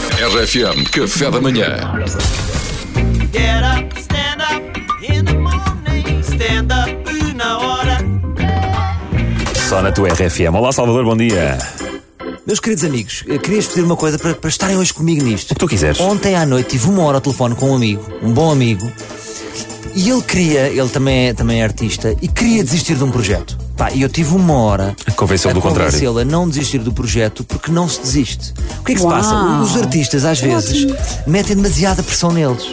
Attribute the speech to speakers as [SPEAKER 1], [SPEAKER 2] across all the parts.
[SPEAKER 1] RFM, café da manhã.
[SPEAKER 2] Get up, stand up in the morning. Stand up na hora.
[SPEAKER 3] Só na tua RFM. Olá, Salvador, bom dia.
[SPEAKER 4] Meus queridos amigos, eh, querias pedir uma coisa para, para estarem hoje comigo nisto.
[SPEAKER 3] tu quiseres.
[SPEAKER 4] Ontem à noite tive uma hora ao telefone com um amigo, um bom amigo, e ele queria, ele também é, também é artista, e queria desistir de um projeto. Pá, e eu tive uma hora
[SPEAKER 3] Convenceu-o
[SPEAKER 4] a
[SPEAKER 3] do contrário.
[SPEAKER 4] convencê-lo a não desistir do projeto porque não se desiste. O que é que se passa? Os artistas, às vezes, metem demasiada pressão neles.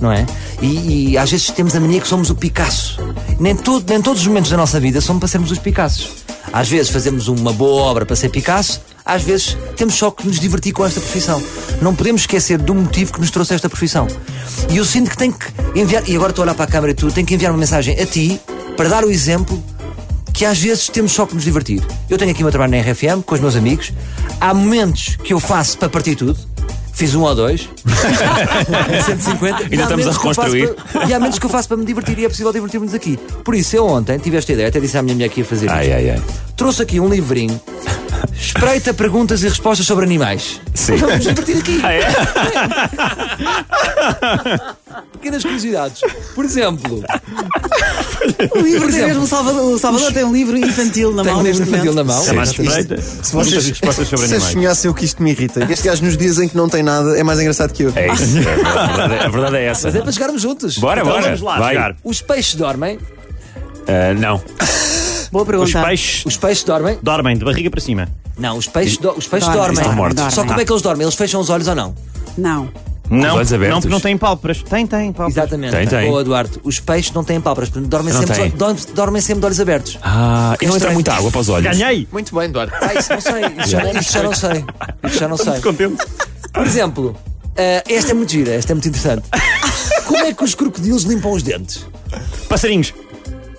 [SPEAKER 4] Não é? E, e às vezes temos a mania que somos o Picasso. Nem, todo, nem todos os momentos da nossa vida são para sermos os Picassos. Às vezes fazemos uma boa obra para ser Picasso, às vezes temos só que nos divertir com esta profissão. Não podemos esquecer do motivo que nos trouxe esta profissão. E eu sinto que tenho que enviar, e agora estou a olhar para a câmara e tu, tenho que enviar uma mensagem a ti para dar o exemplo que às vezes temos só que nos divertir. Eu tenho aqui o meu trabalho na RFM com os meus amigos. Há momentos que eu faço para partir tudo. Fiz um ou dois. Em 150.
[SPEAKER 3] Ainda
[SPEAKER 4] E há
[SPEAKER 3] estamos a
[SPEAKER 4] momentos que eu faço
[SPEAKER 3] reconstruir.
[SPEAKER 4] para- e há menos que eu faço para me divertir e é possível divertirmos aqui. Por isso, eu ontem tive esta ideia, até disse à minha mulher que ia fazer
[SPEAKER 3] Ai,
[SPEAKER 4] isto.
[SPEAKER 3] ai, ai.
[SPEAKER 4] Trouxe aqui um livrinho. Espreita perguntas e respostas sobre animais.
[SPEAKER 3] Sim.
[SPEAKER 4] Vamos divertir aqui.
[SPEAKER 3] Ah, é?
[SPEAKER 4] Pequenas curiosidades. Por exemplo,
[SPEAKER 5] O livro
[SPEAKER 4] Por
[SPEAKER 5] tem
[SPEAKER 4] exemplo,
[SPEAKER 5] mesmo o Salvador, o Salvador tem um livro infantil na
[SPEAKER 4] tenho
[SPEAKER 5] mão.
[SPEAKER 4] um livro
[SPEAKER 5] neste momento.
[SPEAKER 4] infantil na mão.
[SPEAKER 3] mais
[SPEAKER 6] Isto-
[SPEAKER 3] espreita.
[SPEAKER 6] Se vocês,
[SPEAKER 3] respostas sobre
[SPEAKER 6] se
[SPEAKER 3] animais.
[SPEAKER 6] sonhassem o que isto me irrita, este gajo nos dias em que não tem nada é mais engraçado que eu.
[SPEAKER 3] É isso. é verdade. A verdade é essa.
[SPEAKER 4] Mas é para chegarmos juntos.
[SPEAKER 3] Bora,
[SPEAKER 7] Então
[SPEAKER 3] bora.
[SPEAKER 7] vamos lá
[SPEAKER 3] Vai.
[SPEAKER 7] jogar.
[SPEAKER 4] Os peixes dormem.
[SPEAKER 3] Ah, não.
[SPEAKER 5] Boa
[SPEAKER 7] Os
[SPEAKER 5] pergunta.
[SPEAKER 7] peixes
[SPEAKER 4] Os peixes dormem.
[SPEAKER 7] dormem de barriga para cima.
[SPEAKER 4] Não, os peixes, do- os peixes
[SPEAKER 5] Dormem,
[SPEAKER 4] dormem.
[SPEAKER 5] estão
[SPEAKER 3] mortos.
[SPEAKER 4] Só como é que eles dormem? Eles fecham os olhos ou não?
[SPEAKER 5] Não.
[SPEAKER 7] Não,
[SPEAKER 3] olhos abertos.
[SPEAKER 7] não, porque não têm pálpebras. Tem, tem, pálpebras.
[SPEAKER 4] Exatamente.
[SPEAKER 3] Tem, tem.
[SPEAKER 4] Boa, Duarte. Os peixes não têm pálpebras, portanto, dormem,
[SPEAKER 3] Não
[SPEAKER 4] sempre,
[SPEAKER 3] tem.
[SPEAKER 4] de olhos- dormem sempre de olhos abertos.
[SPEAKER 3] Ah, e não entra
[SPEAKER 4] estranho.
[SPEAKER 3] muita água para os olhos.
[SPEAKER 7] Ganhei!
[SPEAKER 6] Muito bem, Eduardo.
[SPEAKER 4] Ah, isso não sei. Isso já, isso já não sei. Isso já não sei.
[SPEAKER 7] Contente.
[SPEAKER 4] Por exemplo, ah, esta é muito gira, esta é muito interessante. Como é que os crocodilos limpam os dentes?
[SPEAKER 7] Passarinhos.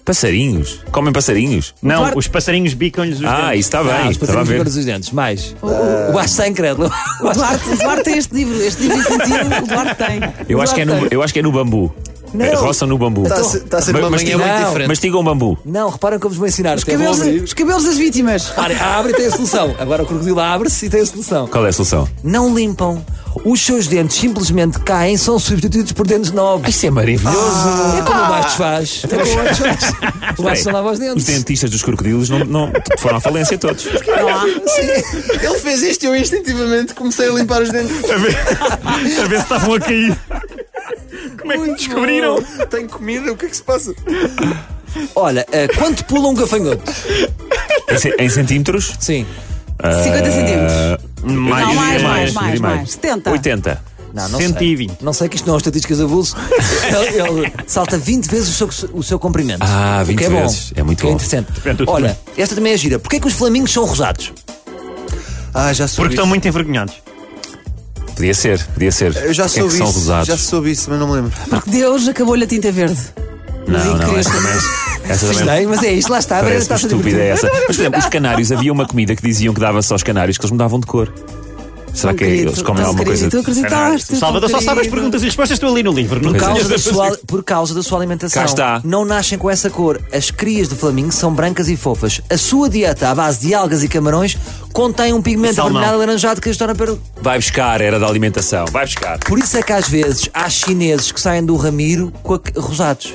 [SPEAKER 3] Passarinhos. Comem passarinhos.
[SPEAKER 7] Não,
[SPEAKER 4] Duarte-
[SPEAKER 7] os passarinhos bicam-lhes os
[SPEAKER 3] Ah,
[SPEAKER 7] dentes.
[SPEAKER 3] isso está
[SPEAKER 4] ah,
[SPEAKER 3] bem.
[SPEAKER 4] os
[SPEAKER 3] Estava a
[SPEAKER 4] passarinhos limpam
[SPEAKER 3] ver.
[SPEAKER 4] os dentes. Mais. O Duarte está incrédulo.
[SPEAKER 5] O Duarte, o Duarte tem este livro, este livro infantil, o Duarte tem.
[SPEAKER 3] Eu acho, que é no, eu acho que é no bambu.
[SPEAKER 4] Não. Então,
[SPEAKER 3] Eh, Roçam no bambu.
[SPEAKER 6] Está a ser- está a ser de uma
[SPEAKER 3] Mas-
[SPEAKER 6] manhã
[SPEAKER 3] mas-
[SPEAKER 6] é muito
[SPEAKER 4] não.
[SPEAKER 6] diferente.
[SPEAKER 3] Mastigam bambu.
[SPEAKER 4] Não, reparam como vos vou ensinar. um
[SPEAKER 5] Os cabelos, os cabelos das vítimas.
[SPEAKER 4] Ah. Abre e tem a solução. Agora o crocodilo abre-se e tem a solução.
[SPEAKER 3] Qual é a solução?
[SPEAKER 4] não limpam. Os seus dentes simplesmente caem, são substituídos por dentes
[SPEAKER 3] Ah,
[SPEAKER 4] novos.
[SPEAKER 3] Isto é maravilhoso. Ah.
[SPEAKER 4] É como o Bastos faz. É como o Bastos faz. O Bastos não lava
[SPEAKER 3] Os
[SPEAKER 4] os dentes.
[SPEAKER 3] dentistas dos crocodilos não, não foram à falência todos.
[SPEAKER 5] Não há.
[SPEAKER 6] Ele fez isto e eu instintivamente comecei a limpar os dentes.
[SPEAKER 7] Ah, A ver se estavam a cair. Como é que me descobriram?
[SPEAKER 6] Tenho comida, o que é que se passa?
[SPEAKER 4] Olha, eh, quanto pula um gafanhoto?
[SPEAKER 3] Em, ce- em centímetros?
[SPEAKER 4] Sim.
[SPEAKER 5] 50 centímetros.
[SPEAKER 3] Ah, mais,
[SPEAKER 5] Não, mais,
[SPEAKER 3] é
[SPEAKER 5] mais,
[SPEAKER 3] é
[SPEAKER 5] mais, mais. 70.
[SPEAKER 3] 80.
[SPEAKER 4] Não, não
[SPEAKER 7] 120.
[SPEAKER 4] sei. Não sei que isto não é estatísticas avulso. ele, ele salta 20 vezes o seu, o seu comprimento.
[SPEAKER 3] Ah,
[SPEAKER 4] O que
[SPEAKER 3] 20
[SPEAKER 4] é bom.
[SPEAKER 3] vezes. É muito
[SPEAKER 4] O que é
[SPEAKER 3] bom.
[SPEAKER 4] interessante.
[SPEAKER 7] Depende do
[SPEAKER 4] Olha, esta também é gira. Porquê é que os flamingos são rosados?
[SPEAKER 6] Ah, já soube.
[SPEAKER 7] Porque estão
[SPEAKER 6] isso.
[SPEAKER 7] muito envergonhados.
[SPEAKER 3] Podia ser, podia ser.
[SPEAKER 6] Eu já
[SPEAKER 3] Porque é que
[SPEAKER 6] soube
[SPEAKER 3] são
[SPEAKER 6] isso.
[SPEAKER 3] rosados.
[SPEAKER 6] Já soube isso, mas não me lembro.
[SPEAKER 5] Porque Deus acabou-lhe a tinta verde.
[SPEAKER 3] Não, não, essa também. Essa também. um
[SPEAKER 4] Gostei, mas é isto. Lá está. A Brenda
[SPEAKER 3] Parece uma
[SPEAKER 4] está-se a
[SPEAKER 3] estúpida
[SPEAKER 4] divertir.
[SPEAKER 3] essa. Mas, por exemplo, os canários, havia uma comida que diziam que dava-se aos canários que eles mudavam de cor. Será que é- eles comem
[SPEAKER 5] Não
[SPEAKER 3] alguma coisa?
[SPEAKER 5] acredito, Tu acreditaste.
[SPEAKER 7] O Salvador só
[SPEAKER 5] tão
[SPEAKER 7] sabe as
[SPEAKER 5] querido.
[SPEAKER 7] perguntas e respostas que estão ali no livro. Não é?
[SPEAKER 4] Por
[SPEAKER 7] tenhas
[SPEAKER 4] causa, da
[SPEAKER 7] a
[SPEAKER 4] sua,
[SPEAKER 7] fazer.
[SPEAKER 4] por causa da sua alimentação.
[SPEAKER 3] Cá está.
[SPEAKER 4] Não nascem com essa cor. As crias de flamingo são brancas e fofas. A sua dieta à base de algas e camarões contém um pigmento
[SPEAKER 7] Salmão.
[SPEAKER 4] vermelhado alaranjado que as torna per...
[SPEAKER 3] Vai buscar, era da alimentação. Vai buscar.
[SPEAKER 4] Por isso é que às vezes há chineses que saem do ramiro com a... rosados.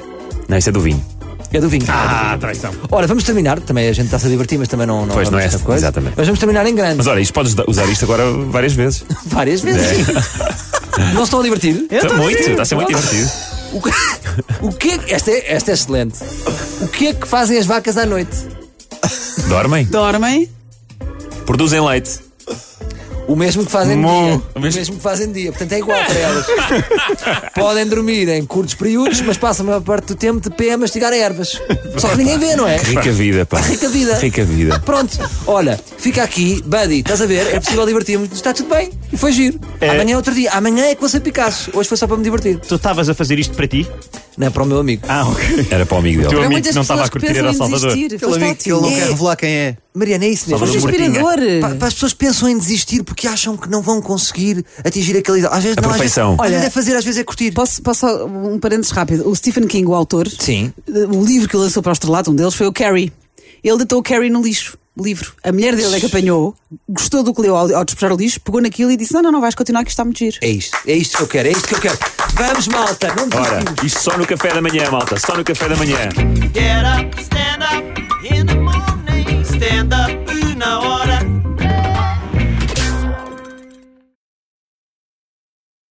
[SPEAKER 3] Não, isso é do vinho.
[SPEAKER 4] É do vinho.
[SPEAKER 7] Ah, traição.
[SPEAKER 4] Ora, vamos terminar. Também a gente está-se a divertir, mas também não, não
[SPEAKER 3] Pois,
[SPEAKER 4] vamos
[SPEAKER 3] não é
[SPEAKER 4] esta
[SPEAKER 3] essa-
[SPEAKER 4] coisa.
[SPEAKER 3] exatamente.
[SPEAKER 4] Mas vamos terminar em grande.
[SPEAKER 3] Mas é. olha, isto podes da- usar isto agora várias vezes.
[SPEAKER 4] Várias vezes. não se estão a divertir?
[SPEAKER 3] Está Tá muito, está a ser muito divertido.
[SPEAKER 4] O que, o que é que- Esta é, esta é excelente. O que é que fazem as vacas à noite?
[SPEAKER 3] Dormem,
[SPEAKER 5] Então- Dormem.
[SPEAKER 3] produzem leite.
[SPEAKER 4] O mesmo que fazem de
[SPEAKER 7] Mu.
[SPEAKER 4] dia. O mesmo que fazem de dia. Portanto, é igual para elas. Podem dormir em curtos períodos, mas passam a maior parte do tempo de pé a mastigar ervas. Só que ninguém vê, não é?
[SPEAKER 3] Rica vida, pá.
[SPEAKER 4] Rica vida.
[SPEAKER 3] Rica vida.
[SPEAKER 4] Pronto, olha, fica aqui, Buddy, estás a ver? É possível divertir-me, está tudo bem, e foi giro. Amanhã é outro dia, amanhã é que vou ser Picasso, hoje foi só para me divertir.
[SPEAKER 7] Tu estavas a fazer isto para ti?
[SPEAKER 4] Não é para o meu amigo.
[SPEAKER 7] Ah, ok.
[SPEAKER 3] Era para o amigo
[SPEAKER 7] Teu
[SPEAKER 3] dele.
[SPEAKER 5] Há
[SPEAKER 7] amigo
[SPEAKER 5] muitas
[SPEAKER 7] que não estava
[SPEAKER 5] pessoas
[SPEAKER 7] a
[SPEAKER 5] que
[SPEAKER 7] curtir
[SPEAKER 5] pensam
[SPEAKER 7] era
[SPEAKER 5] em
[SPEAKER 7] Salvador.
[SPEAKER 5] desistir.
[SPEAKER 6] Ele é
[SPEAKER 5] Foste
[SPEAKER 6] amigo que ele não
[SPEAKER 5] ótimo.
[SPEAKER 6] quer revelar quem é.
[SPEAKER 4] Mariana, é isso
[SPEAKER 5] Foste
[SPEAKER 4] mesmo.
[SPEAKER 5] inspirador.
[SPEAKER 4] Pa- pa- as pessoas pensam em desistir porque acham que não vão conseguir atingir aquele ideal. Às vezes
[SPEAKER 3] A
[SPEAKER 4] não, às vezes-
[SPEAKER 3] perfeição.
[SPEAKER 4] Às vezes é fazer, às vezes é curtir.
[SPEAKER 5] Posso, posso só um parênteses rápido? O Stephen King, o autor,
[SPEAKER 4] Sim.
[SPEAKER 5] o livro que ele lançou para o estrelato, um deles, foi o Carrie. Ele deitou o Carrie no lixo. livro. A mulher dele é que apanhou, gostou do que leu ao, ao despejar o lixo, pegou naquilo e disse: Não, não, não vais continuar, que isto está muito giro.
[SPEAKER 4] É isto, é isto que eu quero, é isto que eu quero. Vamos, malta, não
[SPEAKER 3] Ora,
[SPEAKER 4] desistimos.
[SPEAKER 3] isto só no café da manhã, malta. Só no café da manhã.
[SPEAKER 2] Get up,